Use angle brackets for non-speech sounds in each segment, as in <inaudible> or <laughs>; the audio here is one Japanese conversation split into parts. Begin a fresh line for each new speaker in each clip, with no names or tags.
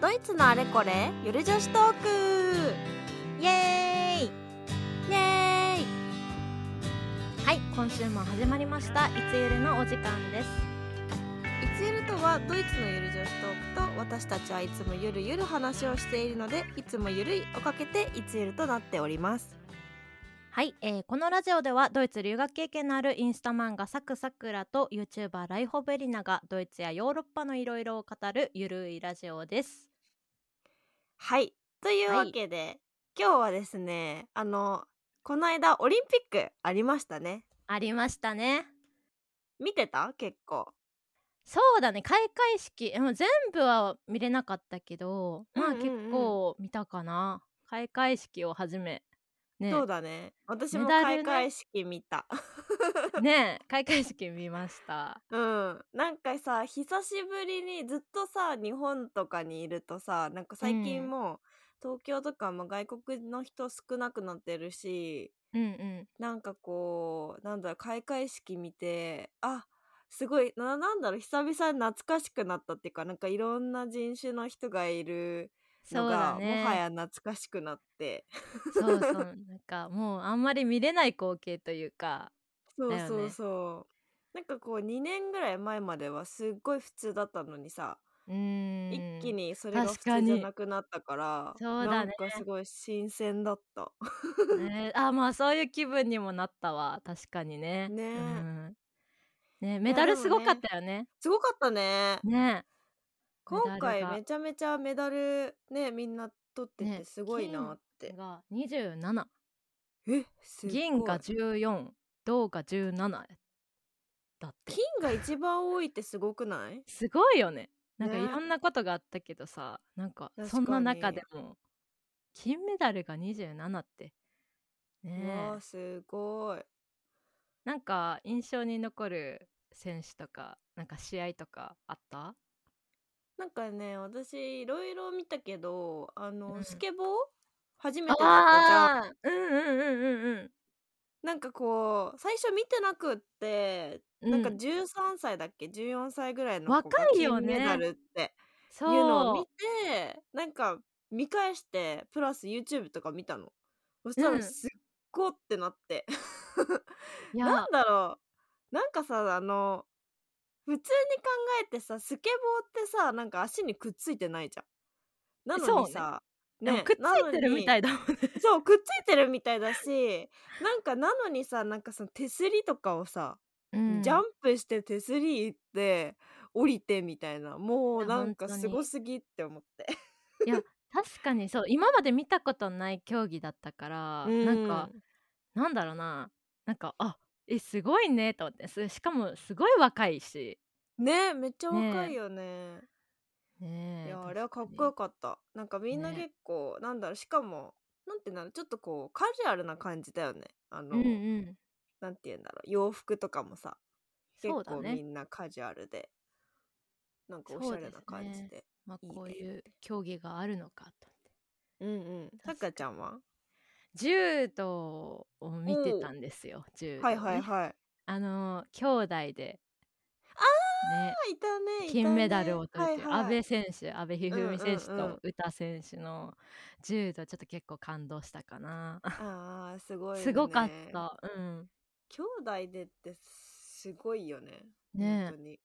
ドイツのあれこれゆる女子トークイエーイイエーイはい今週も始まりましたいつゆるのお時間ですいつゆるとはドイツのゆる女子トークと私たちはいつもゆるゆる話をしているのでいつもゆるいをかけていつゆるとなっております
はい、えーこのラジオではドイツ留学経験のあるインスタ漫画サクサクラと YouTuber ライホベリナがドイツやヨーロッパのいろいろを語るゆるいラジオです。
はいというわけで、今日はですねあのこの間オリンピックありましたね
ありましたね。
見てた結構
そうだね開会式えもう全部は見れなかったけどまあ
うんうん
結
うん
構見たかな、開会式をはじめね
そうだね私も
メダル
開
ね
会式見た <laughs>
ね開会式見ました
うんなんかさ久しぶりにずっとさ日本とかにいるとさなんか最
う
近
ん
もう、東京とかも外国の人少なくなってるし
うんうん
なんかこうなんだろう開会式見てあすごいななんだろう久々に懐かしくなったっていうかなんかいろんな人種の人がいるの
そう
が
だ、ね
もはや懐かしくなって
そうそうなんかもうあんまり見れない光景というか
そう
だよね
そうそう、なんかこう2年ぐらい前まではすっごい普通だったのにさ、
うーん
一気にそれが普
確か
通
に
じゃなくなったから
そうだね
なんかすごい新鮮だった。 <laughs>
ね、あまあそういう気分にもなったわ確かにね
ね
うんねメダルすごかったよね
すごかったね
ね
今
メ
回
ダル
めちゃめちゃメダルねみんな取ってて
ね
すごいなって、
が27
えすごい
銀が14銅が17だって
金が一番多いってすごくない
すごいよねなんか
ね
いろんなことがあったけどさなんか
確か
そ
に
んな中でも金メダルが27って <laughs> ね
うわ
え
あすごい
なんか印象に残る選手とかなんか試合とかあった
なんかね私いろいろ見たけどあの、
うん
スケボー初めてだったじゃん
ああーうんうんうんうんうん
なんかこう最初見てなくってなんか
う
13歳だっけ14歳ぐらいの子
若
が
いよ
金
ね
メダルってい
そ
う
う
のを見てなんか見返してプラス YouTube とか見たのそした
う
ら
ん
すっごってなって、
いや
なんだろうなんかさあの普通に考えてさスケボーってさなんか足にくっついてないじゃんなのにさ
でもくっついてるみた
い
いだもんね
そうくっついてるみたいだしなんかなのにさなんかその手すりとかをさ
<laughs> うん
ジャンプして手すり行って降りてみたいなも
いうや
なんか
本当に
すごすぎって思って
確かにそう今まで見たことない競技だったから、なんかなんだろうななんかあえすごいねと思ってすしかもすごい若いし
うんねめっちゃ
ねえ
若いよね
ねえ
いやあれはかっ
確
こ
か
よかったなんかみんな
ね
結構、なんだろうしかもなんていうんだろうちょっとこうカジュアルな感じだよねあの、
にうんうん
なんていうんだろう洋服とかもさ結
そうだ
構み
ね、
んなカジュアルで、なんかおし
そ
ゃ
う
れ
です
な感じで
ねまあ、
いいね
こういう競技があるのかと思って
うんうんさ
確
く
からに
ちゃんは
柔道を見てたんですよ柔道、ね、
はいはいはいあ
あの兄弟でね
いたねいたね
金メダルを取るっていう
はい
阿
はい
部選手阿部一
うんうんう
二
ん
三選手と詩選手の柔道ちょっと結構感動したかな
あーすごい、ね、
すごかったうん
兄弟でってすごいよね
ね
本当に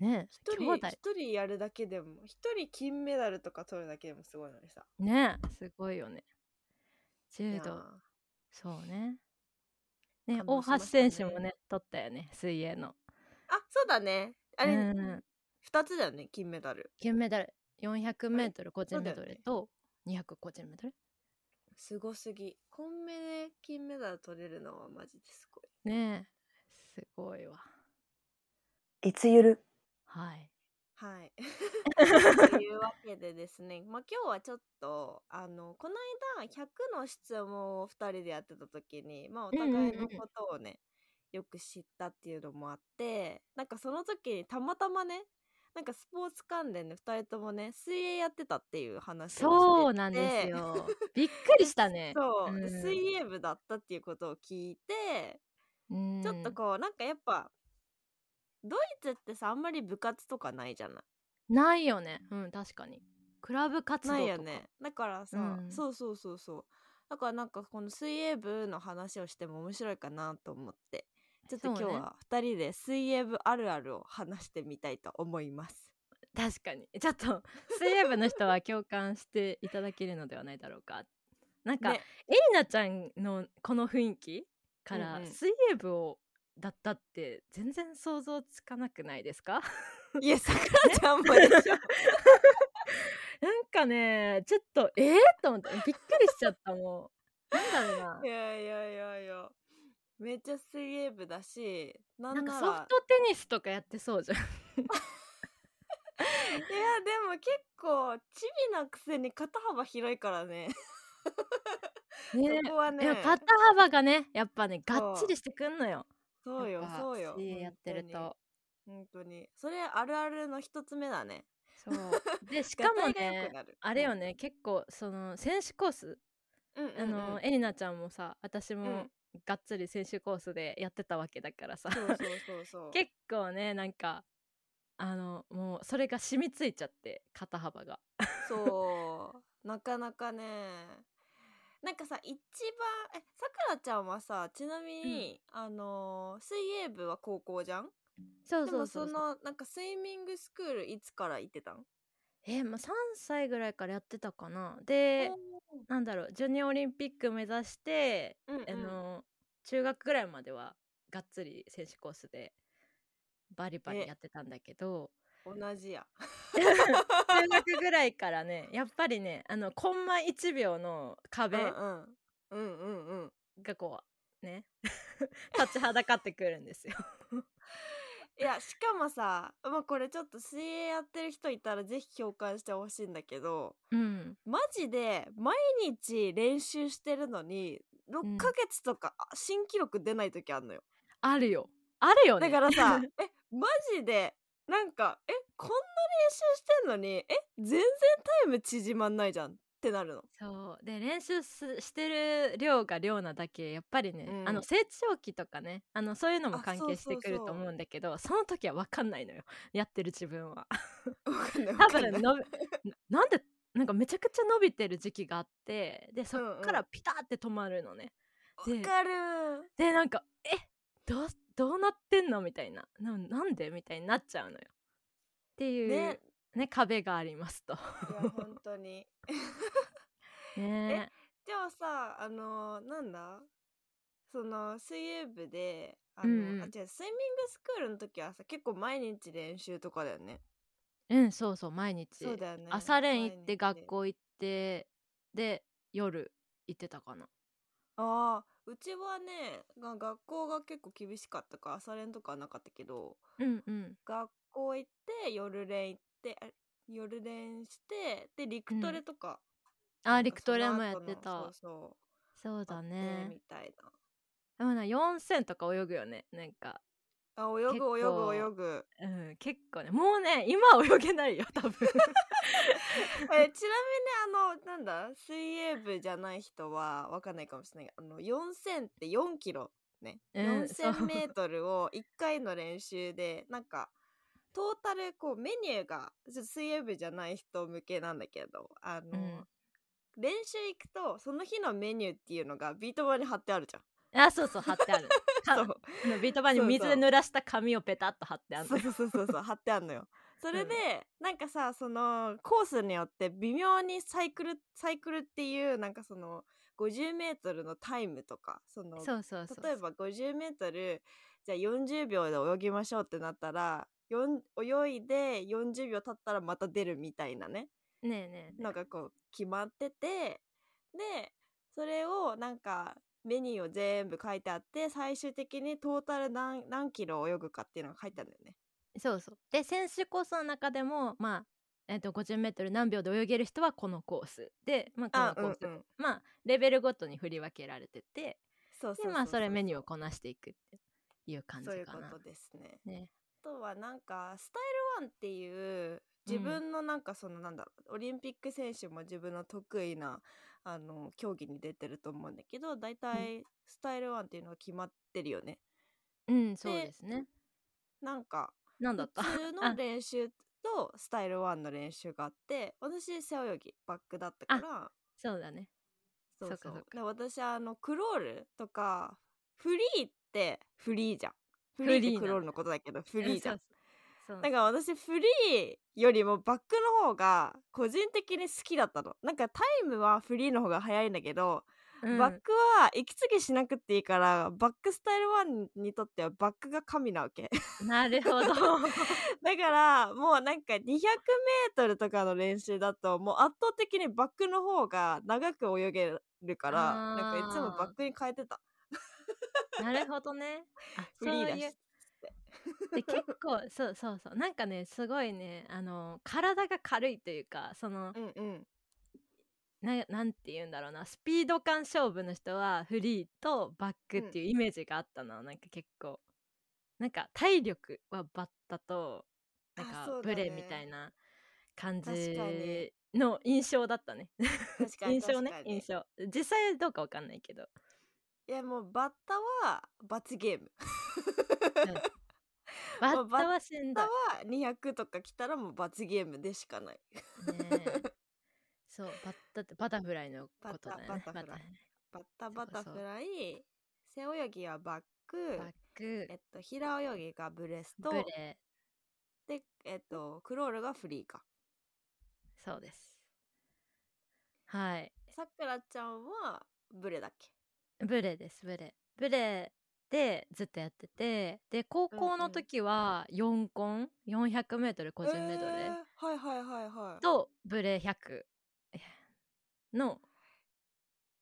ね
一
兄
人
弟
一人やるだけでも一人金メダルとか取るだけでもすごいのにさ
ねすごいよね
い
柔
やー
道そうねね
感動
大
しま
橋
したね
選手もね取ったよね水泳の
あそうだねあれ、
うん
2つだよね金メダル
金メダル 400m 個人メ
そ
ド
うだよ
レ
ね
ーと200個人メドレー
すごすぎコンメで金メダル取れるのはマジですごい
ねすごいわ
いつゆる。
はい
はい <laughs> と
<laughs>
いうわけでですね、まあ、今日はちょっとあのこの間100の質問を2人でやってた時に、まあ、お互い
うんうんう
の
ん
ことをね、よく知ったっていうのもあってなんかその時にたまたまねなんかスポーツ関連で2人ともね水泳やってたっていう話をしてて
そうなんで
<laughs>
すよ。びっくりしたね。
そう、
ん
で水泳部だったっていうことを聞いてちょっとこうなんかやっぱドイツってさあんまり部活とかないじゃない
うんないよね。うん、確かに。クラブ活動と
な
か
いよねだからさ、
うん
そうそうそうそうだからなんかこの水泳部の話をしても面白いかなと思ってちょっと今日
そうね
は2人で水泳部あるあるを話してみたいと思います
確かに <laughs> ちょっと水泳部の人は共感していただけるのではないだろうかなんか、
ね
<laughs> エリナちゃんのこの雰囲気か
う
ら
んうん
水泳部をだったって全然想像つかなくないですか <laughs>
いやさくらちゃんもでしょ
なんかねちょっとえー、と思ってびっくりしちゃったもうなんだろうない
や <laughs> いやいやいやめっちゃ水泳部だしな
なん
ん
か
な
ソフ
ら
トテニスとかやってそうじゃん <laughs>
いやでも結構チビなくせに肩幅広いからね
ね
そこはね
いや肩幅がねやっぱねがっちりしてくんのよ
そうよ
やっぱ
そうよ
水泳やってると
本当に本当にそれあるあるの一つ目だね
そう
<laughs>
でしか
が
も
たいが良
ね
くなる
あれよね結構その選手コース
うんうんうん
あの、エリナちゃんもさ私
う
も
ん
がっつり選手コースでやってたわけだからさ、
そうそうそうそう
<laughs> 結構 <laughs> ねなんかあのもうそれが染みついちゃって肩幅が
そうなかなかねなんかさ一番えさくらちゃんはさちなみに、あのー水泳部は高校じゃん
そう
で
そ
も
うそ
そうのなんかスイミングスクールいつから行ってたん
えーまあ、3歳ぐらいからやってたかなでなんだろうジュニアオリンピック目指して、
うん
<laughs>
うん
あの中学ぐらいまではがっつり選手コースでバリバ
え
リやってたんだ
<laughs>
けど
同じや
中学ぐらいからねやっぱりねあのコンマ1秒の
うん
壁
うんうんうんうん
がこうね <laughs> 立ちはだかってくるん
<laughs>
ですよ。
いやしかもさ、まあ、これちょっと水泳やってる人いたらぜひ共感してほしいんだけど
うん、
マジで毎日練習してるのに
う
6
ん
ヶ月とかあ新記録出ない時あんのよ、
あるよあるよね
だからさ
<laughs>
えマジでなんかえこんな練習してんのにえ全然タイム縮まんないじゃんってなるの
そうで練習すしてる量が量なだけやっぱりね、
うん
あの成長期とかねあのそういうのも
あ
関
そう
係し
そう
てくる
そう
と思うんだけどその時は分かんないのよやってる自分は。
わかんない
多
わかん
分
ない
のびななんでなんかめちゃくちゃ伸びてる時期があってでそっか
うんう
らピタって止まるのね。
わかる
でなんか「えどうどうなってんの?」みたいなななんでみたいになっちゃうのよ。っていう
ね
ね壁がありますと。 <laughs>
いや本当に
ね
でもさあのなんだその水泳部であの、
うんうん
あ違うスイミングスクールの時はさ結構毎日練習とかだよね
うんそうそう毎日、
そうだよね
朝練行っ
毎日
て学校行ってで夜行ってたかな。
ああうちはねが学校が結構厳しかったから朝練とかはなかったけど
うんうん、
学校行って夜練行ってあれ夜練してで陸トレとか、
あ
なんか
陸トレ
その
もや
後
って
の
た。
そう
そう
そう
だ
あって
ね。
みたいな
でもな4000とか泳ぐよねなんか。
あ泳ぐ
結構
泳ぐ泳ぐ
うん、結構ねもうね今は泳げないよ多分
えちなみにあのなんだ水泳部じゃない人はわかんないかもしれないけどあの4000って4キロね、
うんそう
4000メートルを1回の練習でなんかトータルこうメニューがちょっと水泳部じゃない人向けなんだけどあの、
うん
練習行くとその日のメニューっていうのがビート板に貼ってあるじゃん。
あそうそう貼
<laughs>
ってあるか
そう
あのビート板に水で濡らした紙をペタッと貼ってある
そうそうそうそうそう貼ってあんの
<laughs>
よ。それで、なんかさそのコースによって微妙にサイクルサイクルっていうなんかその 50m のタイムとかその
そうそうそう
例えば 50m じゃあ40秒で泳ぎましょうってなったらよん泳いで40秒経ったらまた出るみたいなね
ねえねえ
なんかこう決まっててでそれをなんかメニューを全部書いてあって最終的にトータル何何キロ泳ぐかっていうのが書いてあるんだよね。
そうそうで選手コースの中でもまあえっと 50m 何秒で泳げる人はこのコースで、まあ、
あ
このコース、
うんうん
まあレベルごとに振り分けられてて
そうそう
で
そう
まあそれメニューを
こ
こなしていくっていう感じ
そういう
か
こ
な
とですね。
ね
あとはなんかスタイルワンっていう自分のなんかそのなんだろう、オリンピック選手も自分の得意なあの競技に出てると思うんだけど大体スタイルワンっていうのが決まってるよね。
うんそうですね
なんか
なんだった
普通
あ
の練習とスタイル1の練習があって私背泳ぎバックだったから
そうだね
そうそう
そうかそうか
で私あのクロールとかフリーってフリーじゃんフ
フリー
リ
なん
ーっ
だ
てクロールのことだけどフリーじゃん
そうそう
だから私フリーよりもバックの方が個人的に好きだったのなんかタイムはフリーの方が早いんだけど、
うん
バックは息継ぎしなくていいからバックスタイル1にとってはバックが神なわけ
なるほど
<laughs> だからもうなんか 200m とかの練習だともう圧倒的にバックの方が長く泳げるから
あー
なんかいつもバックに変えてた
なるほどねあ
フリーだ
そうい
し
うで結構 <laughs> そうそうそうなんかねすごいねあの体が軽いというかその
うんうん
ななんて言うんだろうなスピード感勝負の人はフリーとバックっていうイメージがあったの、なんか結構なんか体力はバッタとなん
あ
か
そうだ
ブ
ね
レみたいな感
確か
じ
に
の印象だったね
確かに
印象ね
確かに
印象実際どうかわかんないけど
いやもうバッタは罰ゲーム <laughs>
バ
もう
ッタはしんど
バ
い
ッ、タは200とか来たらもう罰ゲームでしかない
ねえ、 <laughs> そうバッタってバタフライのことだよね
バタバタフライバッタバタ
そう
フ
そう
ライ背泳ぎはバック
バタバック
えっと平泳ぎがブレスト
ブレ
でえっとクロールがフリーか
そうですはい
さくらちゃんはブレだっけ
ブレですブレブレでずっとやっててで高校の時は4コン 400m 個人メドレ
え
ー
ーはいはいはいはい
とブレ100の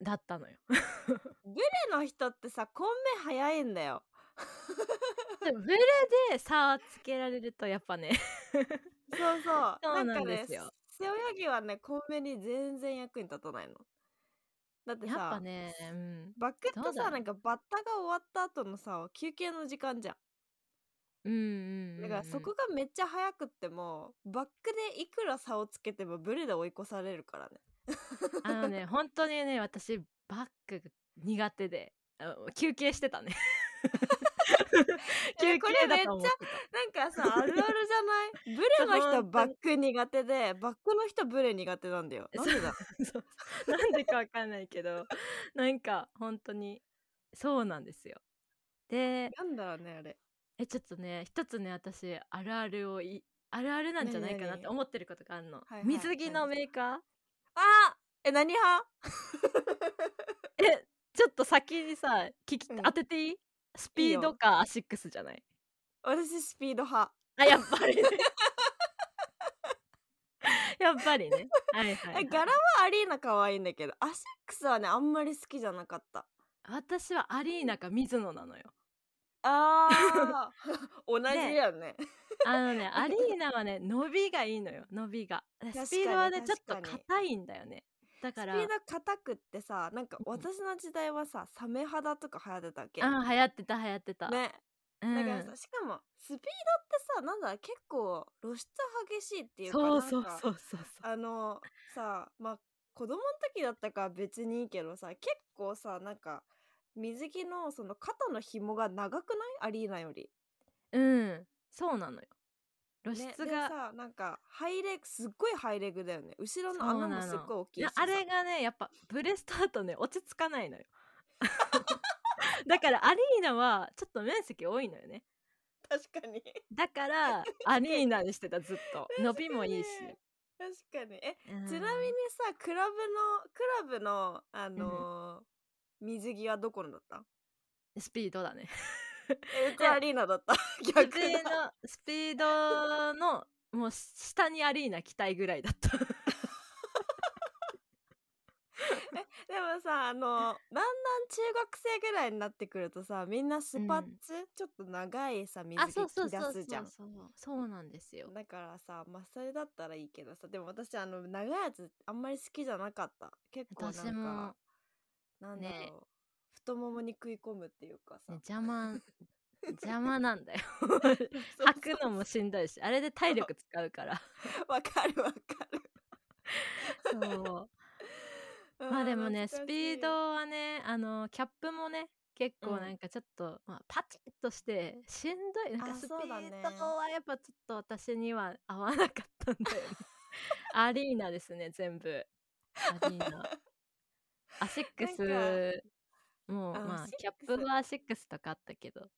だったのよ
ブレの人ってさコンメ早いんだよ
でブレで差をつけられるとやっぱね
そうそう
<laughs> そうなん
かね
ですよ
背泳ぎはねコンメに全然役に立たないのだって
やっぱ
さ
ね、うん、
バックって
そう
さ
だね
なんかバッタが終わった後のさ休憩の時間じゃん
うんうんうんうん
だからそこがめっちゃ早くってもバックでいくら差をつけてもブレで追い越されるからね
<laughs> あのね本当にね私バックが苦手であ休憩し
<laughs>
てたね
え
休
これ
憩
めっち
だ
ゃ
と思ってた
なんかさあるあるじゃ
<laughs>
ないブレの人はバック苦手でバックの人ブレ苦手なんだよなんでだ
<laughs> そうなんでかわかんないけどなんか本当にそうなんですよで
なんだろうねあれ
えちょっとね一つね私あるあるをいあるあるなんじゃないかなっ
何
て
々
思ってることがあるの、
はいはい
水着のメーカー
あえ何派
えちょっと先にさ聞き、
うん
当てていいスピードかアシックスじゃない
私スピード派
あやっぱりね <laughs> やっぱりねはいはい、は
え
い、
柄はアリーナ可愛いんだけどアシックスはねあんまり好きじゃなかった
私はアリーナか水野なのよ
ああ <laughs> 同じやね
あのねアリーナ
<laughs>
はね伸びがいいのよ伸びがで
確かに
スピードはねちょっと
確かに
硬いんだよねだ
スピ
か
ー
ら
ド硬くってさなんか私の時代はさサメ肌とか流行ってたっけ
あ流行ってた流行ってた、
ね
うん
だからさ、しかもスピードってさなんだ結構露出激しいっていうか
そうそう
なんか
そうそうそう
あのさまあ子供の時だったから別にいいけどさ結構さなんか水着のその肩の紐が長くないアリーナより。
うんそうなのよ露
ね、
出
で
が、
さなんかハイレグすっごいハイレグだよね後ろの穴もすっごい大きいし
な
さ
あれがねやっぱブレストだとね落ち着かないのよ <laughs> だからアリーナはちょっと面積多いのよね
<laughs> 確かに
だ <laughs> からアリーナにしてたずっ <laughs> と <laughs> 伸びもいいし、
確かにえ
うん
ちなみにさクラブのクラブのあのー水着はどこのだった
スピードだね
えうちアリーナだった <laughs>
<laughs>
逆
スピー
だ
ドスピードのもう下にアリーナ着たいぐらいだった <laughs>
でもさあのだんだん中学生ぐらいになってくるとさみんなスパッツ、ちょっと長いさ水着着出すじゃん
そうそうなんですよ
だからさまあそれだったらいいけどさでも私あの長いやつあんまり好きじゃなかった結構なん
私
か
も
なんだろう、
ね
太ももに食い込むっていうかさ、
ね邪魔邪魔なん <laughs> だよ
<laughs> そう
履くのもしんどいしあれで体力使うから
わかるわかる <laughs>
そうまあでもねスピードはねあのキャップもね結構
うん
なんかちょっと、まあ、パチッとしてしんどいなん
あ
かスピ
そうだね
ードはやっぱちょっと私には合わなかったんだ
<laughs>
よねアリーナですね全部アリーナ
<laughs>
アシック
な
スもう
あ
まあ
アシックス
キャップはアシックスとかあったけど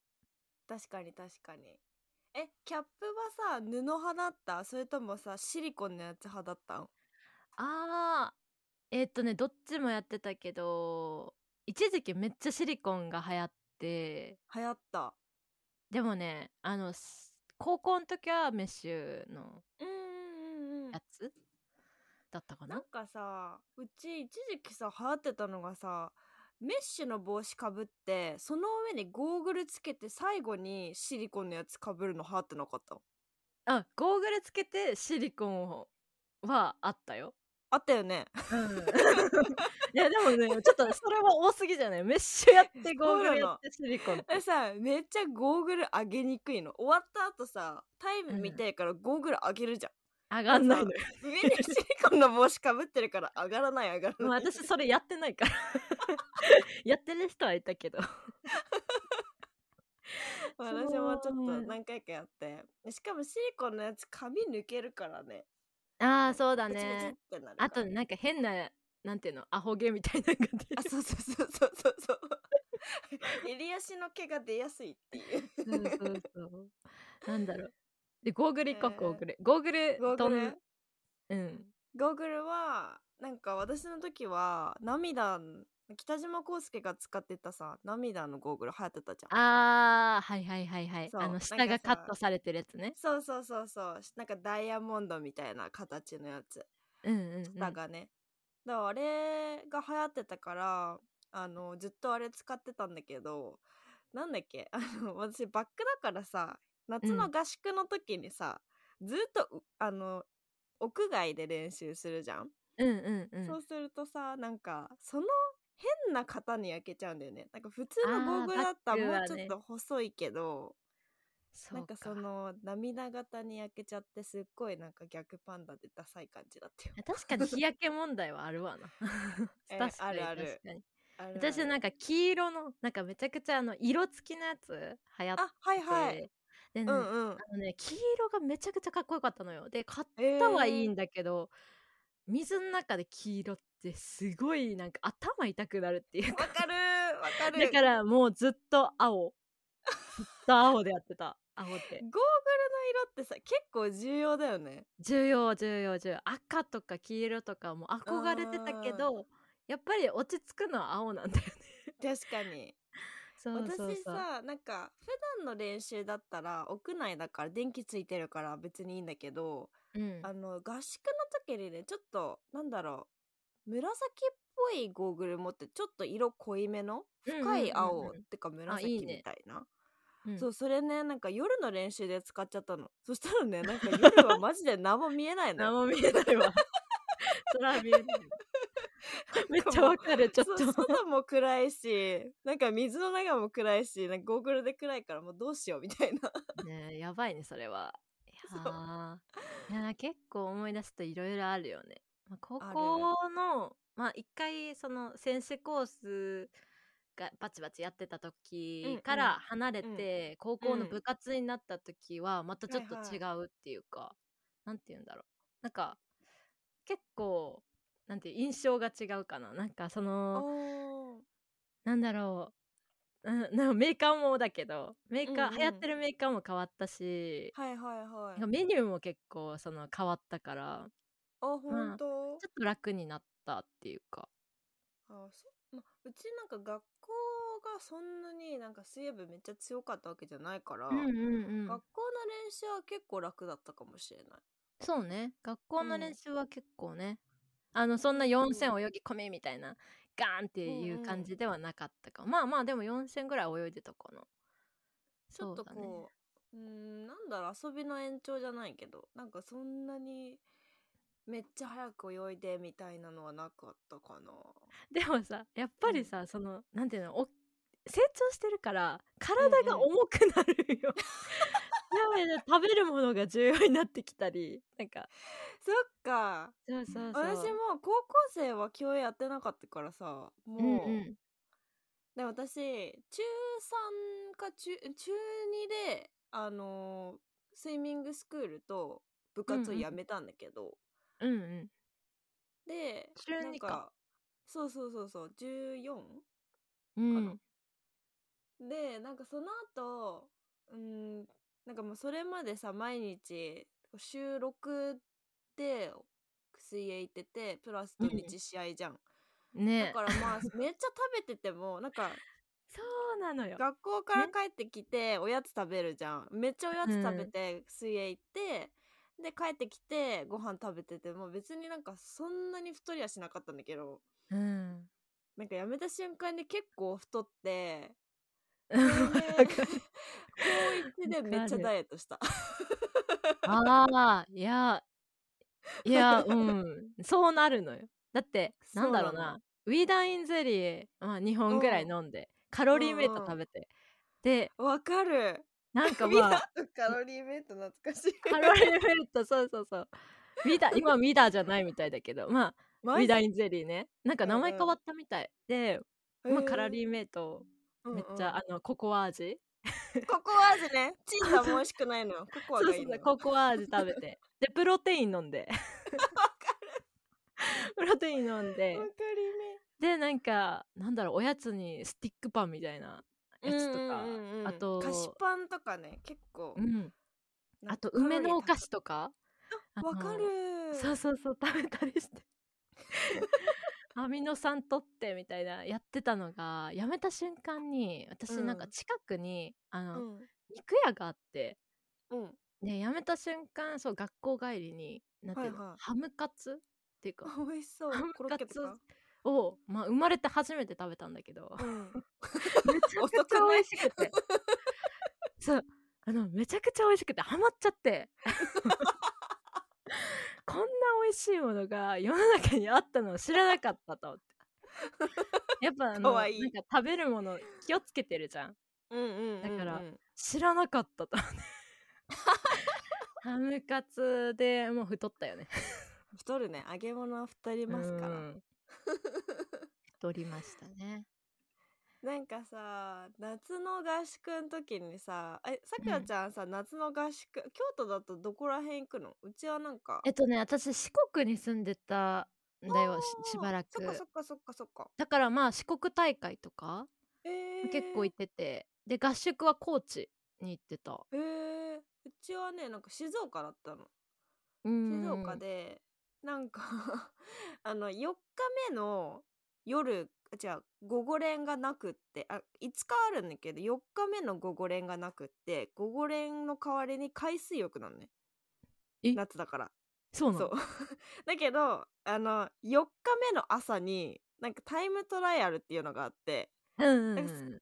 確かに確かにえキャップはさ布派だったそれともさシリコンのやつ派だったん
あーえーっとねどっちもやってたけど一時期めっちゃシリコンが流行って
流行った
でもねあのす高校の時はメッシュの
うんうん
やつだったか
な
なん
かさうち一時期さ流行ってたのがさメッシュの帽子かぶってその上にゴーグルつけて最後にシリコンのやつかぶるの流行ってなかった
あゴーグルつけてシリコンをはあったよ、
あったよ
<laughs>
ね
いやでもねちょっとそれは多すぎじゃないメッシュやってゴーグルやってシリコンって
あれさめっちゃゴーグル上げにくいの終わった後さタイム見たいからゴーグル上げるじゃん、
上がんないのよ
上にシリコンの帽子かぶってるから上がらない上がら
もう
ない
私それやってないから <laughs> やってる人はいたけど
私もちょっ
そう
と何回かやってしかもシリコンのやつ髪抜けるからね
ああそうだ
ブチブチ
ね
ってなるから
あとなんか変ななんていうのアホ毛みたいなのが出
あ
る
そうそうそうそうそうそう <laughs> 襟足の毛が出やすいっていう
そうそうそうなんだろうでゴーグル行こう
えー
ゴーグルゴ
<laughs> ゴーグル
ーグルとんうん
ゴーグルはなんか私の時は涙北島康介が使ってたさ涙のゴーグル流行ってたじゃん
あーはいはいはいはい
そう
あの
な
下
んか
が
さ
カットされてるやつね
そうそうそうそうなんかダイヤモンドみたいな形のやつ
うんうん、うん、
下がね、だからあれが流行ってたからあのずっとあれ使ってたんだけどなんだっけあ <laughs> の私バックだからさ夏の合宿の時にさ、ずっとうあの屋外で練習するじゃん、
うんうんうん
そうするとさなんかその変な型に焼けちゃうんだよねなんか普通のゴーグルだった
あ
ら
ー
も
バッ
うち
クは
ょっ
ね
と細いけど、
そ
な
うんか
かその涙型に焼けちゃってすっごいなんか逆パンダでダサい感じだったよ。
確かに日焼け問題はあるわな <laughs>
え
確か
あ
に
るある
確かに
あるある
私なんか黄色のなんかめちゃくちゃあの色付きのやつ流行って
あはいはい。
でね、
うんうん。
あのね黄色がめちゃくちゃかっこよかったのよで買っ
えー
たはいいんだけど、水の中で黄色ってすごいなんか頭痛くなるっていう <laughs>
わ
か
かるわかる。
だからもうずっと青ずっと青でやってた <laughs> 青
ゴーグ
で
ルの色ってさ結構重要だよ
<laughs>
ね。
重要重要重要赤とか黄色とかも憧れてたけどやっぱり落ち着くのは青なんだよ <laughs> ね
確か <laughs> に。
そうそうそう
私さなんか普段の練習だったら屋内だから電気ついてるから別にいいんだけど、
うん、
あの合宿の時にねちょっとなんだろう紫っぽいゴーグル持ってちょっと色濃いめの深い青、
うんうんうんうん
ってか
い
紫
い
み
ね
たいな。
うん
そうそれねなんか夜の練習で使っちゃったのそしたらねなんか夜はマジで何も見えないのよ
<laughs> 何も見えないわそれは見えない <laughs> めっちゃわかるちょっ
そう
と
外も暗いしなんか水の中も暗いしなんかゴーグルで暗いからもうどうしようみたい
<laughs>
な
ねえやばいねそれは
そう
いやーいやー結構思い出すといろいろあるよね、まあ、高
ある
校のまあ一回その先生コースがバチバチやってた
うんうん
時から離れて、高校の
うん
部活になった時はまたちょっと
はいはい
違うっていうか、なんて言うんだろうなんか結構なんていう印象が違うかななんかその
おー
なんだろう、うん、なんかメーカーもだけどメーカー、
うんうん
流行ってるメーカーも変わった
<laughs>
し、
はいはい
な
は
ん
い
かメニューも結構その変わったから
あ本当、
ちょっと楽になったっていうか
あそうまうちなんか学校がそんなになんか水泳部めっちゃ強かったわけじゃないから、
ん
学校の練習は結構楽だったかもしれない
そうね学校
う
の
ん
練習は結構ね、あのそんな4,000
う
泳ぎ込みみたいなガーンってい
んう
うんう感じではなかったか、まあまあでも4,000ぐらい泳いでたかな
ちょっと
そうだね
こうう,、んなんだろう遊びの延長じゃないけどなんかそんなにめっちゃ早く泳いでみたいなのはなかったかな
<laughs> でもさやっぱりさ、そのなんていうのお成長してるから体が
うんう
重くなるよ。 <laughs> やばいね食べるものが重要になってきたりなんか
<laughs> そっか
そうそうそう
私も高校生は競泳やってなかったからさもう、
うんうん
で私中3か中中2であのースイミングスクールと部活を
うんうん
やめたんだけど、
うんうん
で
中
なん
二か
そうそうそうそう 14?
うん
でなんかその後うんなんかもうそれまでさ毎日収録で水泳行っててプラス土日試合じゃん、
ね
だからまあめっちゃ食べててもなんか
そうなのよ
学校から帰ってきておやつ食べるじゃん、めっちゃおやつ食べて水泳行って、で帰ってきてご飯食べてても別になんかそんなに太りはしなかったんだけど
うん
なんかやめた瞬間に結構太って
<laughs> わかる
高1でめっちゃダイエットした <laughs>
ああいやい <laughs> やうんそうなるのよだってなんだろう
そうな
なウィダーインゼリー、まあ、2本ぐらい飲んでカロリーメイト
うんうん
食べてで
わかる
なんか
みん
ま
な
<laughs> あ
カロリーメイト懐かしい
カ
<laughs>
ロリーメイトそうそうそうウィダー今ウィダーじゃないみたいだけどまあウィダーインゼリーねなんか名前変わったみたいで、まあ、カロリーメイトめっちゃ、あのココア味
ココア味
<laughs>
ねチーズも美味しくないのよココア
そう
が
そ
いういの
そう
よ
ココア味食べ
<laughs>
てでプロテイン飲んでプロテイン飲んで
わか
でなんかなんだろうおやつにスティックパンみたいな
る
や
ね
つとか、
うんうんうんうん
あと
菓子パンとかね結構
うんあと梅のお菓子とかあの
わかる
そうそうそう食べたりして
<laughs>
アミノ酸取ってみたいなやってたのがやめた瞬間に私
うん
なんか近くに、あ
う
の、
ん
肉屋があって
うん
でやめた瞬間そう学校帰りになんていうの、
はいはい
ハムカツっていうか
あ美味しそう
ハム
コロッケ
カ
と
ツ
か
を、まあ、生まれて初めて食べたんだけど
うん
めちゃ
遅
くちゃ
くな
美
い
味しくて <laughs> そうあのめちゃくちゃ美味しくてハマっちゃって <laughs> こんな美味しいものが世の中にあったのを知らなかったと思 <laughs> ってやっぱあ
か
の
わいい
なんか食べるもの気をつけてるじゃん
うんうんうんうん
だから知らなかったと思って <laughs> ハムカツでもう太ったよね
太るね揚げ物は太りますから <laughs>
うん太りましたね
なんかさ夏の合宿の時にさえさくらちゃんさ、夏の合宿京都だとどこら辺行くのうちはなんか
えっとね私四国に住んでたんだよししばらく
そっかそっかそっかそっか
だからまあ四国大会とか
えー、
結構行ってて、で合宿は高知に行ってた
えー、うちはねなんか静岡だったの
静
静岡で <laughs> なんか <laughs> あの4日目の夜じゃあ午後練がなくってあ5日あるんだけど4日目の午後練がなくって午後練の代わりに海水浴なのね
え
夏だから
そうな
そ
の
う <laughs> だけどあの4日目の朝になんかタイムトライアルっていうのがあって
うんうん
な
う
んか
ん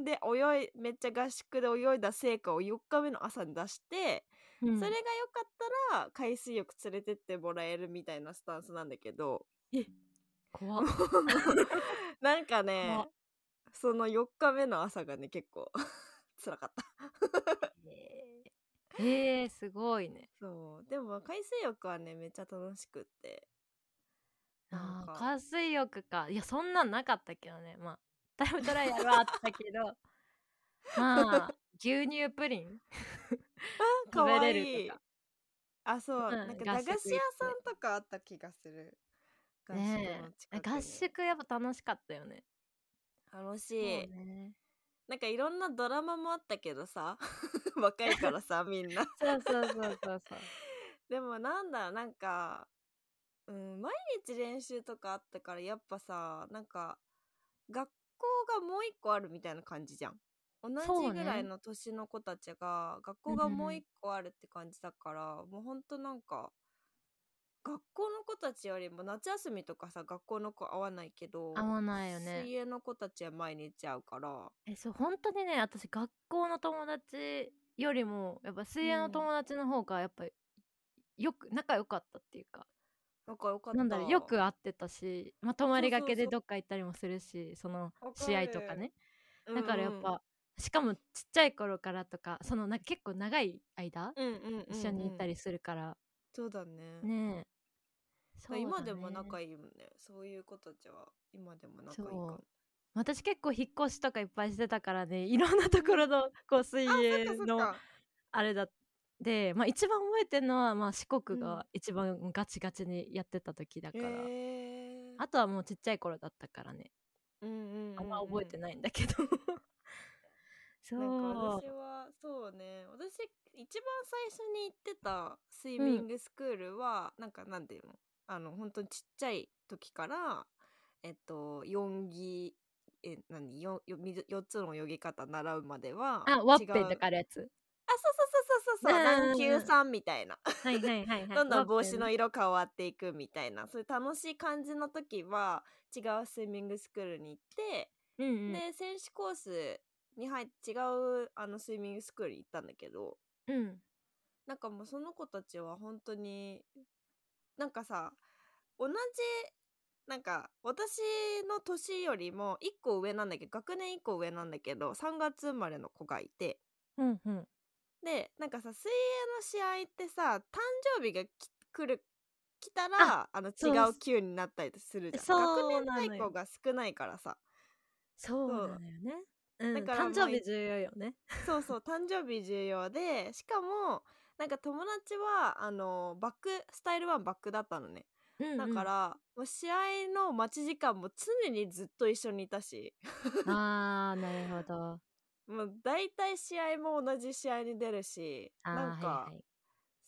123で泳いめっちゃ合宿で泳いだ成果を4日目の朝に出して、
うん
<laughs> それが良かったら海水浴連れてってもらえるみたいなスタンスなんだけど <laughs>
怖っ
なんか
怖
ね
っ
その4日目の朝がね結構 <laughs> 辛かった
えー、 <laughs> えー、すごいね
そうでも海水浴はねめっちゃ楽しくって <laughs> なん
あ
か
ー海水浴かいやそんなんなかったけどねまあタイムトライアルはあった
<laughs>
けどまあ牛乳プリン
か
食
わ
べ
い
れ
い
るとか
あそう、
ん
なんか駄菓子屋
合宿行って
さんとかあった気がする合宿
ね
の
え
近くに
合宿やっぱ楽しかったよね
楽し
そ
い、
ね
なんかいろんなドラマもあったけどさ <laughs> 若いからさみんな
そうそうそうそうそう
でもなんだなんか、うん、毎日練習とかあったからやっぱさなんか学校がもう一個あるみたいな感じじゃん同
そう
じぐ
ね
らいの年の子たちが、学校がもう一個あるって感じだから、もうほんとなんか学校の子たちよりも夏休みとかさ学校の子会わないけど
合わないよね
水泳の子たちは毎日会うから
<laughs> えそう本当にね私学校の友達よりもやっぱ水泳
う
の
ん
友達の方がやっぱりよく仲良かったっていうか
なんかよかった
なんだろうよく会ってたし、まあ、泊まりが
そ
け
うそう
で
そう
どっか行ったりもするしその
わかる
試合とかねだからやっ
うんうん
ぱしかもちっちゃい頃からとかそのな結構長い間
うんうんうんうん
一緒に行ったりするから
そうだね
ねえそうだね
今でも仲いいもんねそういう子たちは今でも仲いいかも
そう私結構引っ越しとかいっぱいしてたからね <laughs> いろんなところのこう水泳
そっかそっ
の
か
あれだで、まあ、一番覚えてるのは、まあ、四国
うん
が一番ガチガチにやってた時だから、
えー
あとはもうちっちゃい頃だったからね
うんうんうん
あんま覚えて
い
ないんだけど <laughs> そう
なんか私はそうね私一番最初に行ってたスイミングスクールは、なんかなんていうのあの本当にちっちゃい時からえっと四ぎえ何よよ水四つの泳ぎ方習うまでは
あワッペン
違
と
う
かあるやつ
あそうそうそうそうそう
うんうん
何級さんみたいな
はいはいはい、はい、
どんどん帽
ワッペ
子
ン
の色変わっていくみたいなそういう楽しい感じの時は違うスイミングスクールに行って
うんうん
で選手コースに入って違うあのスイミングスクールに行ったんだけど
うん
なんかもうその子たちは本当になんかさ同じなんか私の年よりも1個上なんだけど学年1個上なんだけど3月生まれの子がいて
うんうん
でなんかさ水泳の試合ってさ誕生日がき来る来たらあの違
そう
う級になったりするじゃん
そ
学
う
年
なのよ
対抗が少ないからさ
そう
そう
なのよね、うん、
だから
誕生日重要よね
そうそう誕生日重要でしかもなんか友達はあのバックスタイル1バックだったのねだか、ら、もう試合の待ち時間も常にずっと一緒にいたし
うんうん、ああなるほ
<laughs>
ど
もう大体試合も同じ試合に出るし
あー
なんか、
はいはい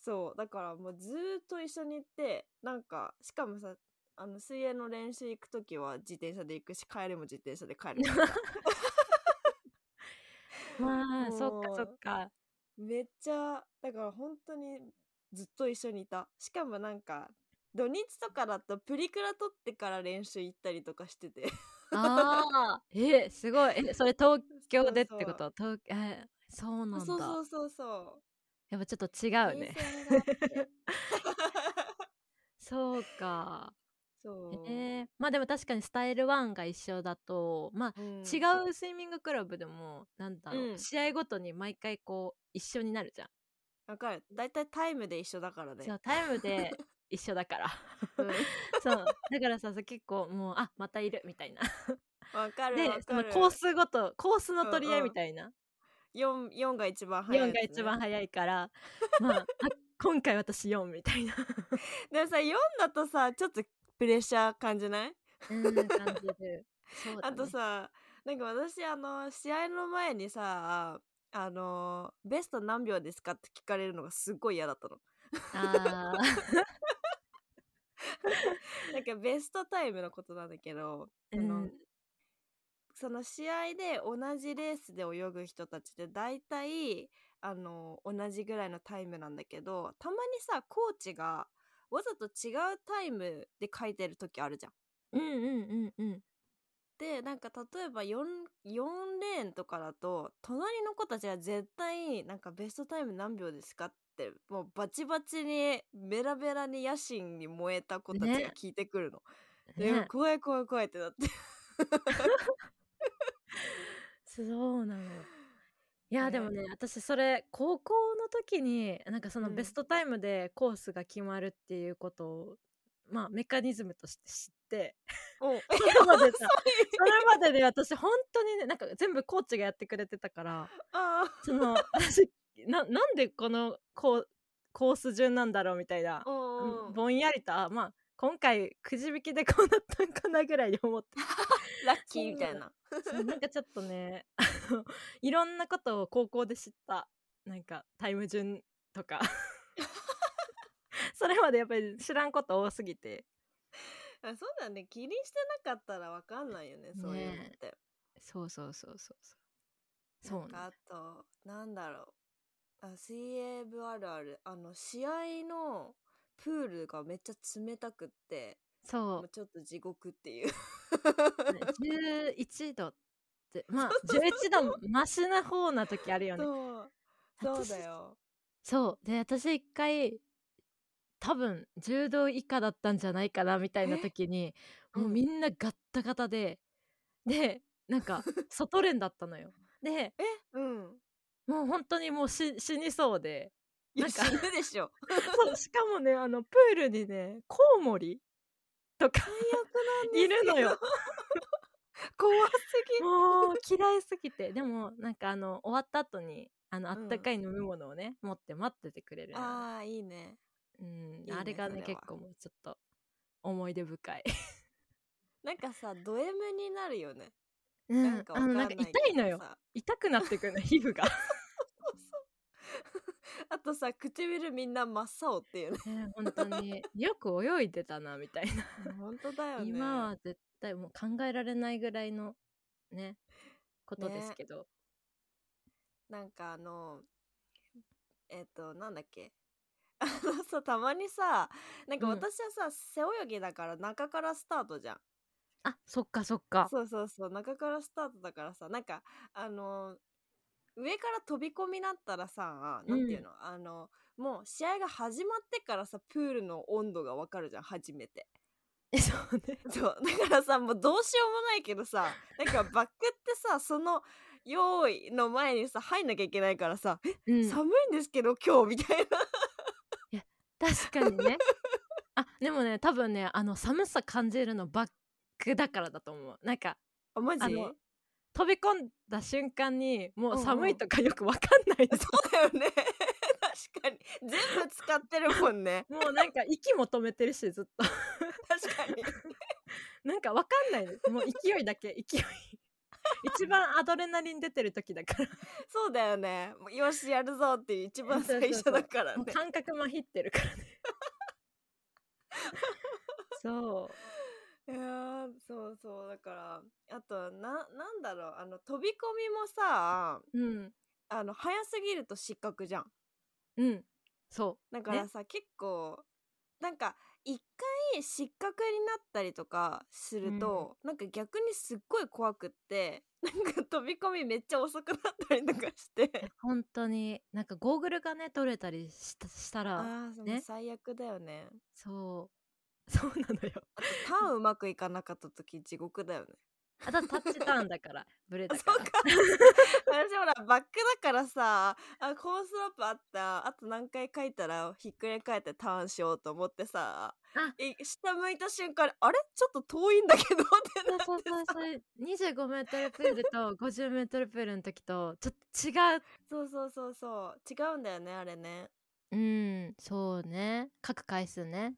そうだからもうずーっと一緒に行ってなんかしかもさあの水泳の練習行く時は自転車で行くし帰りも自転車で帰る
<laughs>
から
まあそっ
も
か
う
そっか
めっちゃだから本当にずっと一緒にいたしかもなんか土日とかだとプリクラ撮ってから練習行ったりとかしてて <laughs>
ああえすごいえそれ東京でってこ
そ
と東えそうなんだ
そうそうそうそう
やっぱちょっと違うね
変遷
<laughs>
があって
そうか
そう、
えー、まあでも確かにスタイル1が一緒だとまあ
うん
違うスイミングクラブでもなんだろう、
うん
試合ごとに毎回こう一緒になるじゃん、
わかる大体タイムで一緒だからね
そうタイムで一緒
<laughs>
だから
うんわ、
そうだからさそう結構もうあまたいるみたいな
かる
で
わ
そ
か
の
る
コースごとコースの
うん
取り合い
うん
みたいな、
4, 4が一番
四
早い、
4が一番早い <laughs> から、まああ今回私4みたいな
でもさ4だとさちょっとプレッシャー感じない、
うん感じるそうだ、
あ
ね、
とさなんか私あの試合の前にさあのベスト何秒ですかって聞かれるのがすっごい嫌だったの
あ <laughs>
なんかベストタイムのことなんだけど、
ー、う
あの
ん、
その試合で同じレースで泳ぐ人たちで大体あの同じぐらいのタイムなんだけどたまにさコーチがわざと違うタイムで書いてる時あるじゃん。
うんうんうんうん
でなんか例えば 4, 4レーンとかだと隣の子たちは絶対なんかベストタイム何秒ですかってもうバチバチにベラベラに野心に燃えた子たちが
ね
聞いてくるの。で
ね
怖い怖い怖いってなって。
そうなのいや
ね
でもね私それ高校の時になんかその
うん
ベストタイムでコースが決まるっていうことを、まあメカニズムとして知って
お
<laughs> それまでさ <laughs> それまでで私本当にねなんか全部コーチがやってくれてたから
<laughs> あー
その私ななんでこのコーコース順なんだろうみたいな
うんうん
ぼんやりとあまあ今回くじ引きでこうなったんかなぐらいに思って
ラッキーみたいな。
そう <laughs> なんかちょっとねあのいろんなことを高校で知ったなんかタイム順とかそれまでやっぱり知らんこと多すぎて
あそうだね気にしてなかったらわかんないよねそういうのって。
そうそうそうそうそうそ
な
う
んか
な
あとなんだろうあ水泳部あるあるあの試合のプールがめっちゃ冷たくっても
そう
ちょっと地獄っていう
う、 <laughs> ね、11度ってまあ11度マシな方な時あるよね
そうそうだよ
そうで私一回多分10度以下だったんじゃないかなみたいな時に
え
もううんみんなガッタガタで、でなん
<laughs>
か外練だったのよで
うん
もう本当にもう死死にそうで
いや
なんか
死ぬでし
<laughs>
ょ
そうしかもねあのプールにねコウモリとか
最悪なんです
いるのよ
<laughs> 怖すぎ
もう嫌いすぎてでもなんかあの終わった後にあのあったかい飲み物をね、持って待っててくれるの
ああいいね
うん
いいね
あれが
それ
ね
は
結構もうちょっと思い出深い、
なんかさド M になるよね、
う
なんかわ
あ
か
の
んな
ないんか
けど
痛いのよ
さ
痛くなってくる <laughs> の皮膚が
あとさ唇みんな真っ青っていうね
ね本当によく泳いでたなみたいな
本当だよね
今は絶対もう考えられないぐらいのねことですけど、
なんかあのえっ、となんだっけあのさたまにさなんか
うん
私はさ、背泳ぎだから中からスタートじゃん
あそっかそっか
そうそうそう中からスタートだからさなんかあの上から飛び込みなったらさなんていうの、あのもう試合が始まってからさプールの温度がわかるじゃん初めて <laughs>
えそうね
そうだからさもうどうしようもないけどさなんかバックってさその用意の前にさ入んなきゃいけないからさ、え
うん
寒いんですけど今日みたいな <laughs>
確かにねあでもね多分ねあの寒さ感じるのバックだからだと思うなんか
あマジ
あの飛び込んだ瞬間にもう
うんう
寒
ん
いとかよくわかんないです、
<laughs> そうだよね <laughs> 確かに全部使ってるもんね <laughs>
もうなんか息も止めてるしずっと
確かに
なんかわかんないですもう勢いだけ勢い一番アドレナリン出てる時だから
そうだよねもうよしやるぞっていう一番最初だから
も
ね
う感覚まひってるからねそう
いやーそうそうだからあとななんだろうあの飛び込みもさ
うん
あの早すぎると失格じゃん
うんそ
だからさ、結構なんか一回失格になったりとかすると、なんか逆にすっごい怖くってなんか飛び込みめっちゃ遅くなったりとかして
う本当になんかゴーグルがね取れたりしたしたら
ああ、ね
ね、
最悪だよね
そうそうなのよ
あとターンうまくいかなかった時地獄だよね
あだタッチターンだ
<laughs>
からブレだ
そ
か
う
ら
か私ほらバックだからさあコースロープあったあと何回書いたらひっくり返ってターンしようと思ってさ
あ
え下向いた瞬間にあれちょっと遠いんだけどってな <laughs>
そうそうそうそう25メートルプールと50メートルプールの時とちょっと違う
そうそうそうそう違うんだよねあれね
うんそうね書く回数ね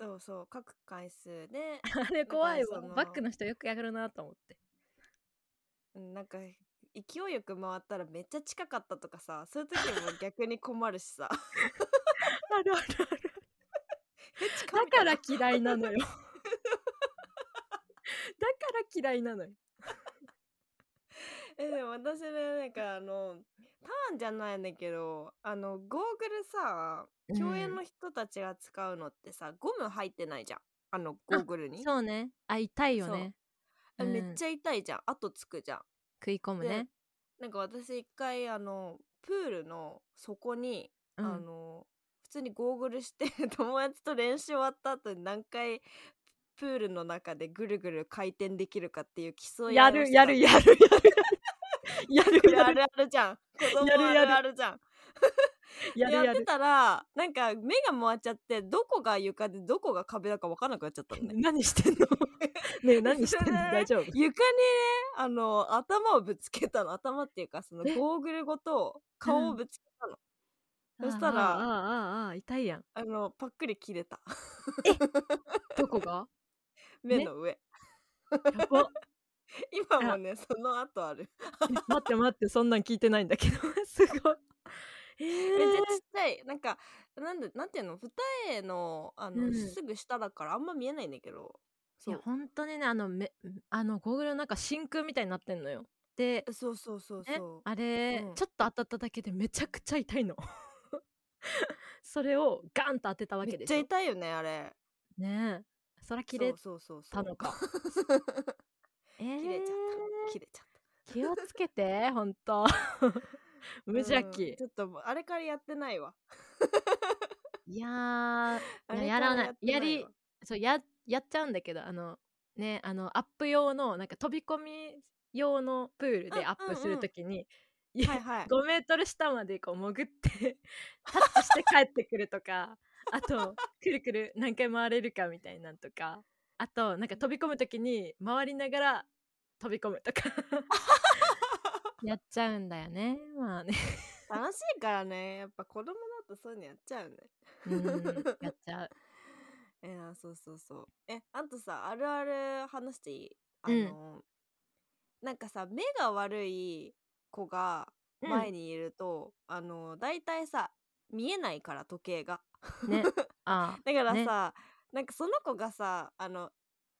そうそう書く回数で
あれ怖
だ
い
か
わ
らその
バックの人よくやるなと思って
うんなんか勢いよく回ったらめっちゃ近かったとかさそういう時も逆に困るしさ <laughs>
あるあるある
え近
だ
みた
か
いな
ら嫌いなのよだから嫌いなのよ
えでも私ねなんかあのターンじゃないんだけどあのゴーグルさ
うん
共演の人たちが使うのってさ、ゴム入ってないじゃんあのゴーグルに、
そうねあ痛いよね
あめっ
ゃ
ちゃ痛いじゃん跡つくじゃん
食い込むね
なんか私一回あのプールの底に、
うん
あの普通にゴーグルして <laughs> 友達と練習終わった後に何回プールの中でぐるぐる回転できるかっていう競い合い
や
を
る
してた
やるやるやるやる
これ
や
あ
る
るあるじゃん子供
やる
あ
や
る
る
あるじゃん
やるや
って
る
たらなんか目が回っちゃってどこが床でどこが壁だか分かんなくなっちゃったの
<laughs>
ね
何してんのねえ何してんの
それ
大丈夫
床にねあの頭をぶつけたの頭っていうかその
え
ゴーグルごと顔をぶつけたの、そしたら
ああああああ痛いやん
あのパックリ切れた <laughs>
どこが
目の上
やば
今もねその後ある
え待って待ってそんなん聞いてないんだけどすごいえ
めっちゃ
ー
ちっちゃいなんかなんでなんていうの二重のあの、
うん
すぐ下だからあんま見えないんだけど
い
そ
や
う
本当にねあのめあのゴーグルの中真空みたいになってんのよで、
そうそうそう
ね
そう、
あれ、
うん
ちょっと当たっただけでめちゃくちゃ痛いの <laughs> それをガンと当てたわ
め
け
っ
で
ち
し
ゃ
ょ
痛いよねあれ
ねえそら切れ
そうそうそ
た
う
のか
そう
えー
<laughs> 切れちゃった切れちゃっ
気をつけて本当
た
<laughs> 無邪
うん
気
ちょっともうあれからやってないわ
いやー
あれから
やらない
って
や
わ
りそうややっちゃうんだけどあのねあのアップ用のなんか飛び込み用のプールで
うん
アップするときに、い
はいはい
5メートル下までこう潜って <laughs> タッチして帰ってくるとかあとくるくる何回回れるかみたいなんとかあとなんか飛び込むときに回りながら飛び込む <laughs> とかやっちゃうんだよねまあね
楽しいからねやっぱ子供だとそういうのやっちゃうね
うん <laughs> やっちゃう
えー、そうそうそうえあとさあるある話していいあ
うん
の、なんかさ目が悪い子が
うん
前にいると、あの大体さ見えないから時計が
ねあ
だから
ね
さ、なんかその子がさあの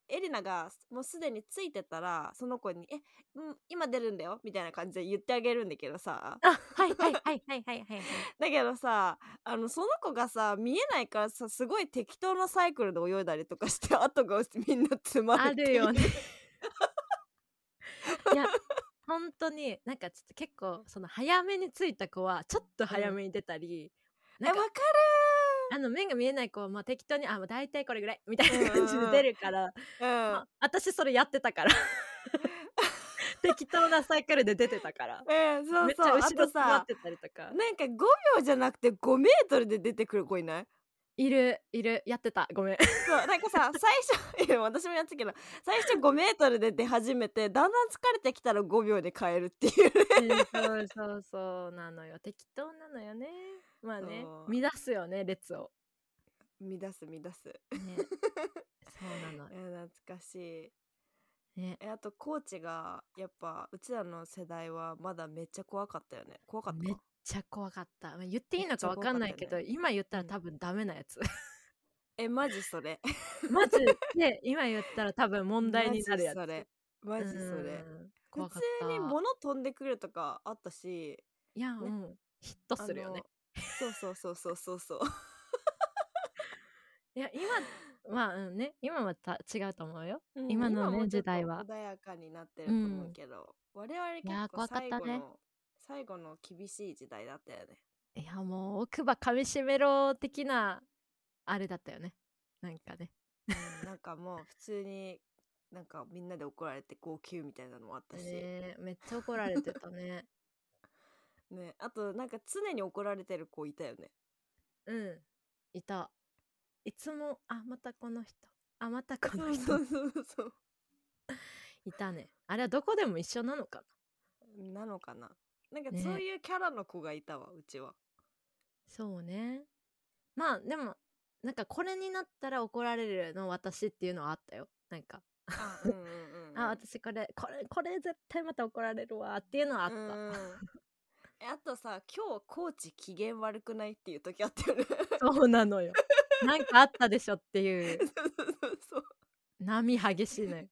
エリナがもうすでについてたらその子に「え、うん、今出るんだよ」みたいな感じで言ってあげるんだけどさ
あはいはいはいはいはいはいはい
だけどさあのその子がさ見えないからさすごい適当なサイクルで泳いだりとかして後がみんな詰まる
あ
って
る
いう
よねいや本当になんかちょっと結構その早めに着いた子はちょっと早めに出たり、
<laughs> え
な
わ
んか
か
あの目が見えない子はまあ適当にあもう大体これぐらいみたいな
うん
感
うん
じ
うん
で出るから、
るうん、
まあ私それやってた
<laughs>
から適当なサイクルで出てたから
えーそう
めっち
そ
ゃ
うあ
後ろ
と
詰ま
さ
ってたりとか
なんか5秒じゃなくて5メートルで出てくる子いない
いるいるやってたごめん
そうなんかさ最初い <laughs> や私もやってたけど最初5メートルで出始めてだんだん疲れてきたら5秒で変えるっていうね
そうそうそうなのよ適当なのよねまあね
そう
乱すよね列を、
<laughs> 乱す乱す
ね、そう
<laughs>
なの
えー懐かしい
ね
えあとコーチがやっぱうちらの世代はまだめっちゃ怖かったよね怖かった
めっ
か
ちゃ怖かった、まあ、言っていい
めっ
の
ちゃ
か
怖
分
かった
か
よね
んないけど、今言ったら
うん
多分ダメなやつ
えマジそれ <laughs>
マジで今言ったら多分問題になるやつ
マジそれマジそれ
うん
普
怖かっ
通
た
に物飛んでくるとかあったし
いや、
ね
うんヒットするよね
あのそうそうそうそうそうそう
いや今まあうんね今はた違うと思 <laughs> うよ
<laughs> うん
今のね
もうちょっと
時代は
穏やかになってると思うけど、我々
いや
結
ー
構
怖かっ
最
た
後の、
ね
最後の厳しい時代だったよね
いやもう奥歯噛みしめろ的なあれだったよねなんかね
うんなんかもう普通になんかみんなで怒られて号泣みたいなのもあったし、
ねめっちゃ怒られてたね
ね、あとなんか常に怒られてる子いた
<laughs>
よね
うんいたいつもあまたこの人あまたこ
そ
の
う
人
そうそうそう
いたねあれはどこでも一緒なのかな
なのかななんか
ね
そういうキャラの子がいたわうちは
そうねまあでもなんかこれになったら怒られるの私っていうのはあったよなんか <laughs>
あうんうんうん
あ私これこれこれ絶対また怒られるわっていうのはあった、
うん
<laughs>
うんえあとさ今日コーチ機嫌悪くないっていう時あったよね <laughs>
そうなのよ。なんかあったでしょっていう
そうそうそうそう
波激し
<laughs>
いのよ。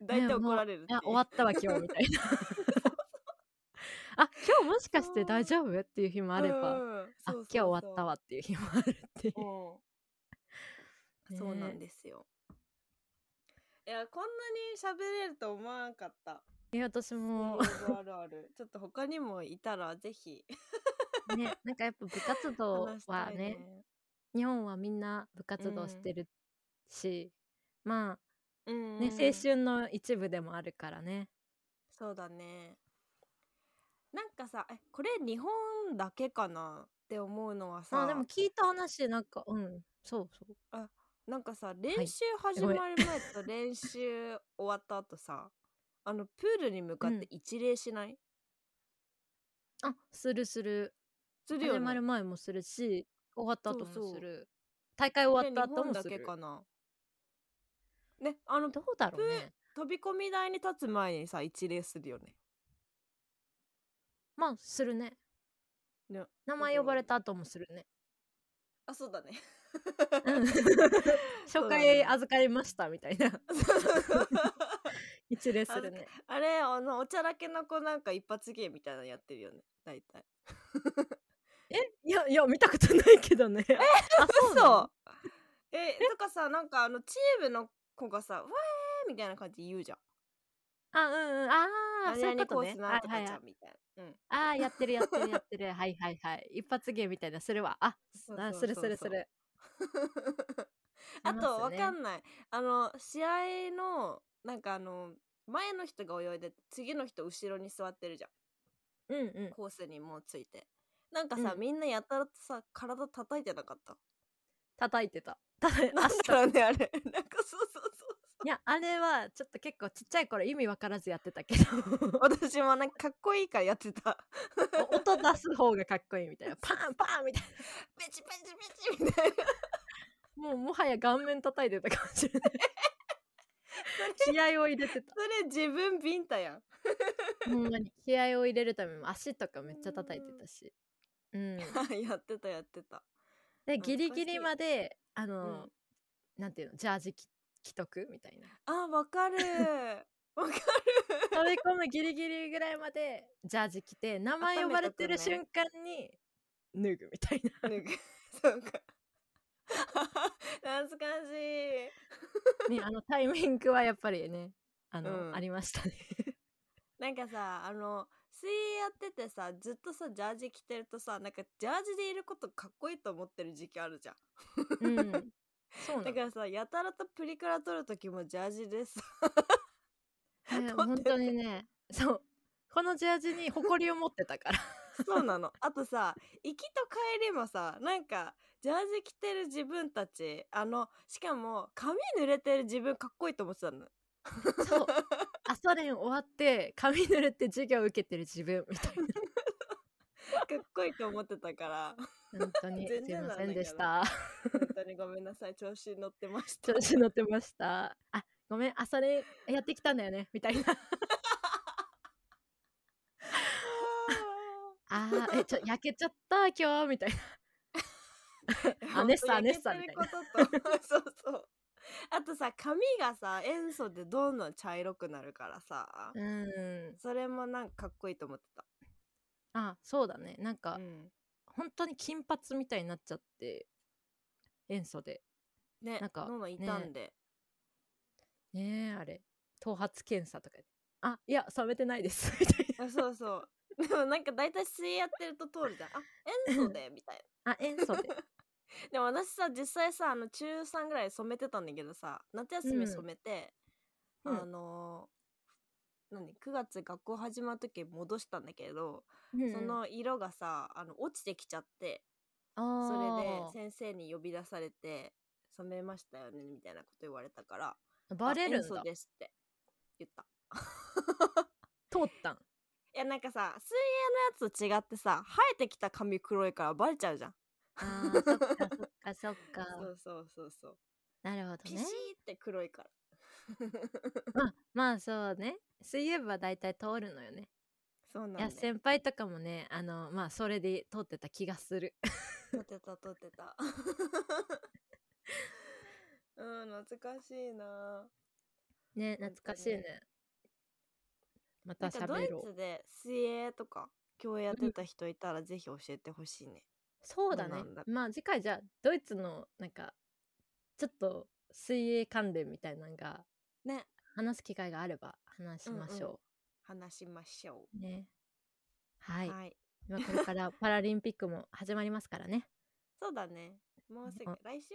大体
ねもう
怒られるって
い
いう
や終わったわ今日みた
<laughs>
いな。あ今日もしかして大丈夫っていう日もあれば、
う
あ
んうんそうそうそう
今日終わったわっていう日もあるっていうう。
ん
ね
そうなんですよいやこんなに喋れると思わなかった
<laughs> え私も、
そういうあるあるちょっと他にもいたらぜひ
ね、なんかやっぱ部
<laughs>
活動
話した
はいね日本はみんな部活動してるし、ま
うんうん
あ
うん
ね、青春の一部でもあるからね。
そうだねなんかさえこれ日本だけかなって思うのはさ
あでも聞いた話なんかうんそうそう。
なんかさ練習始まる前と練習終わった後さあのプールに向かっ
うん
て一礼しない、
あするする。
するよ
始ま
ね
る前もするし終わった
そ
後
うそ
も
う
する大会終わった
これ日
後
本
も
だ
す
け
る
かなねあの
どうだろうね
飛び込み台に立つ前にさ一礼するよね
まあするね
ね
名前呼ばれた後もするね、
あそうだね
うん <laughs>
そう
紹
だ
介
ね
預かりましたみたいな一礼するね
<laughs> あれあのおちゃらけの子なんか一発芸みたいなのやってるよね大体
えいやいや見たことないけどねあ <laughs> そうなの
嘘えとかさなんかあのチームの子がさ「わー!」みたいな感じで言うじゃん
あうんうんあ
「
あそういうこと
コー
ね
スな
は
ん
い
と
は
か
い
ちゃ
は
ん」
い
みたいな、うん
あーやってるやってるやってるはいはいはい一発芸みたいなするわあ
そう
あ
そう
するする
そ
す
うそう
る
<laughs> あとわ
わ
かんないあの試合のなんかあの前の人が泳いでて次の人後ろに座ってるじゃん
うんうん
コースにもうついてなんかさ、
うん
みんなやたらとさ体叩いてなかった
<laughs> 叩いてた叩い
なんだろうねあれなんかそうそうそうそう
いやあれはちょっと結構ちっちゃい頃意味わからずやってた <laughs> けど
私もなんかかっこいいからやってた
音出す方がかっこいい
<laughs>
みたいなパンパンみたいな
ペチペチペチみ <laughs> たいな
もうもはや顔面叩いてたかもし <laughs> れない気合を入れてた
それ自分ビンタやん
ほんまに気合を入れるためも足とかめっちゃ叩いてたしうん
<laughs> やってたやってた
でギリギリまであ
う
の、
ん
なんていうのジャージ着着とくみたいな
あわか <laughs> るわかる
飛び込むギリギリぐらいまでジャージ着て名前呼ばれてる
温めと
瞬間に脱ぐみたいな
脱ぐそうか <laughs> 懐かしい
<laughs> ね、あのタイミングはやっぱりね、あの、
うん
ありましたね。
なんかさあの水泳やっててさずっとさジャージ着てるとさなんかジャージでいることかっこいいと思ってる時期あるじゃん
うん。そうな
だ
ん
からさやたらとプリクラ撮る時もジャージでさ撮ってて
ね本当にね、そう。このジャージに誇りを持ってたから。
そうなのあとさ行きと帰りもさなんかジャージ着てる自分たちあのしかも髪濡れてる自分かっこいいと思ってたの
そう。 <laughs> 朝練終わって、髪濡れて授業受けてる自分みた
か
い
っこいいと思ってたから
な。本当にす
全
い
然
ま
なんだけど
せんでした。
本当にごめんなさい調子に乗ってました <laughs>
調子乗ってました。あ、ごめん、朝練やってきたんだよね、みたいな。 <laughs> あー、え、ちょ、焼けちゃった、今日、みたいな。あネッサネッサみたいな
な。 <laughs> そうそう。あとさ髪がさ塩素でどんどん茶色くなるからさ、
<laughs> うん。
それもなんかかっこいいと思って
あ、そうだね。なん
た。
か、
ん、
本当に金髪みたいになっちゃって塩素で
ね
なんか
どんどん傷んで、
ねえあれ頭髪検査とかであいや染めてないです <laughs> みたい
あそうそう。 <laughs> でもなんか大体水泳やってると通るじゃん。あ塩素
<laughs>
でみたい
なあ塩 <laughs> 素で
な。 <laughs> でも私さ実際さあの中3ぐらい染めてたんだけどさ夏休み染めて、
うん
あのー何9月学校始まる時戻したんだけど、その色がさあの落ちてきちゃってそ
あ
れで先生に呼び出されて「染めましたよね」みたいなこと言われたから「
でバレるん
そう
だ
です」って言った。
通ったん
いやなんかさ水泳のやつと違ってさ生えてきた髪黒いからバレちゃうじゃん。
あーそっかそっか <laughs> そっか
そうそうそうそう。
なるほど
ピシ
ね
ーって黒いから。
まあそうね水泳部は大体通るのよね
そうなん
い
だ
や
よ。
先輩とかもねあのまあそれで通ってた気がする <laughs>
撮ってた撮ってた。 <laughs> うん懐かしいな。
ね懐かしいねま
な
た
んかド
喋
イ
ろう
ツで水泳とか教泳やってた人いたらぜひ教えてほしいね。
そうだね
学んだ。
まあ次回じゃあドイツのなんかちょっと水泳関連みたいなのが
ね
話す機会があれば話しましょ
話しましょ
う。ね。
う。
はい。
はい。
<laughs> まあこれからパラリンピックも始まりますからね。
そうだね。もうすぐ
あ
来週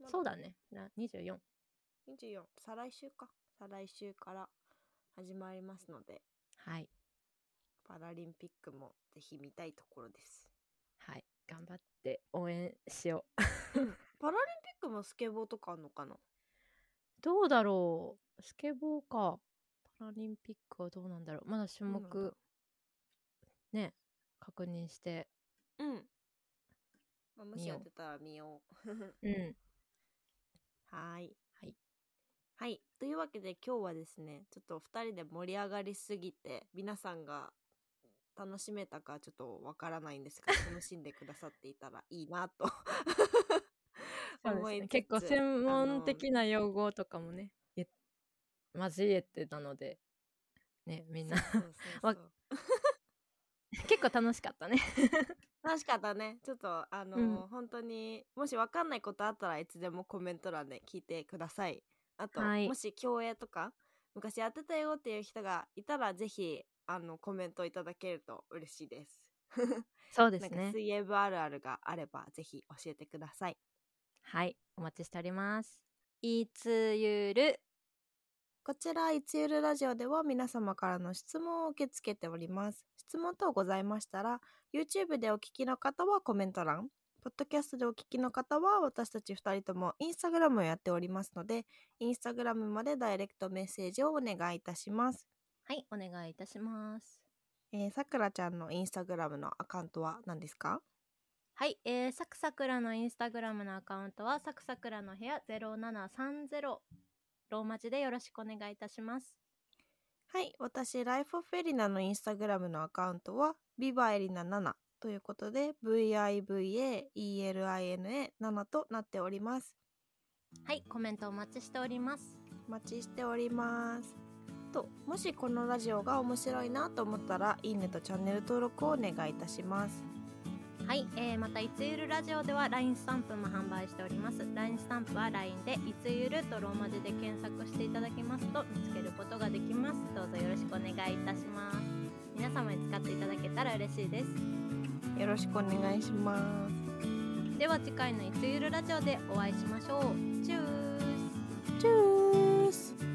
ま
そうだね。な24。
24再来週か再来週から始まりますので
はい。
パラリンピックもぜひ見たいところです
はい。頑張って応援しよう。
パラリンピックもスケボーとかあんのかな
どうだろうスケボーか。パラリンピックはどうなんだろうまだ種
どうなんだ
目ね、確認して。
うん、まあ、もし
見よ
や
う
ってたら見よう
うん。
はーい
はい
はいというわけで今日はですねちょっと2人で盛り上がりすぎて皆さんが楽しめたかちょっとわからないんですが楽しんでくださっていたらいいな <laughs> と
そうです
思い
ね
つつ
結構専
あ
門
の
的な用語とかもねえ交えてたのでねみんな
そうそうそうそう
<laughs> 結構楽しかったね
楽しかったねちょっとあのー
うん
本当にもし分かんないことあったらいつでもコメント欄で聞いてくださいあと、
はい
もし競泳とか昔やってたよっていう人がいたらぜひあのコメントいただけると嬉しいです
<laughs>
<laughs>
そうで
な
す
んか
ね
水泳部あるあるがあればぜひ教えてください
はいお待ちしております
いつゆる
こちら、いつゆるラジオでは皆様からの質問を受け付けております。質問等ございましたら、YouTube でお聞きの方はコメント欄、ポッドキャストでお聞きの方は、私たち2人ともインスタグラムをやっておりますので、インスタグラムまでダイレクトメッセージをお願いいたします。
はい、お願いいたします。
えーさくらちゃんのインスタグラムのアカウントは何ですか
はい、えー、サクサクラのインスタグラムのアカウントは、サクサクラの部屋0730、ローマ字でよろしくお願いいたします。
はい、私、ライフオフエリナのインスタグラムのアカウントは、ビバエリナ7ということで、VIVAELINA7 となっております。
はい、コメントお待ちしております。
お待ちしております。と、もしこのラジオが面白いなと思ったら、いいねとチャンネル登録をお願いいたします。
はい、えー、また、いつゆるラジオでは LINE スタンプも販売しております。LINE スタンプは LINE で、いつゆるとローマ字で検索していただきますと見つけることができます。どうぞよろしくお願いいたします。皆様に使っていただけたら嬉しいです。
よろしくお願いします。
では次回のいつゆるラジオでお会いしましょう。チュース
チュース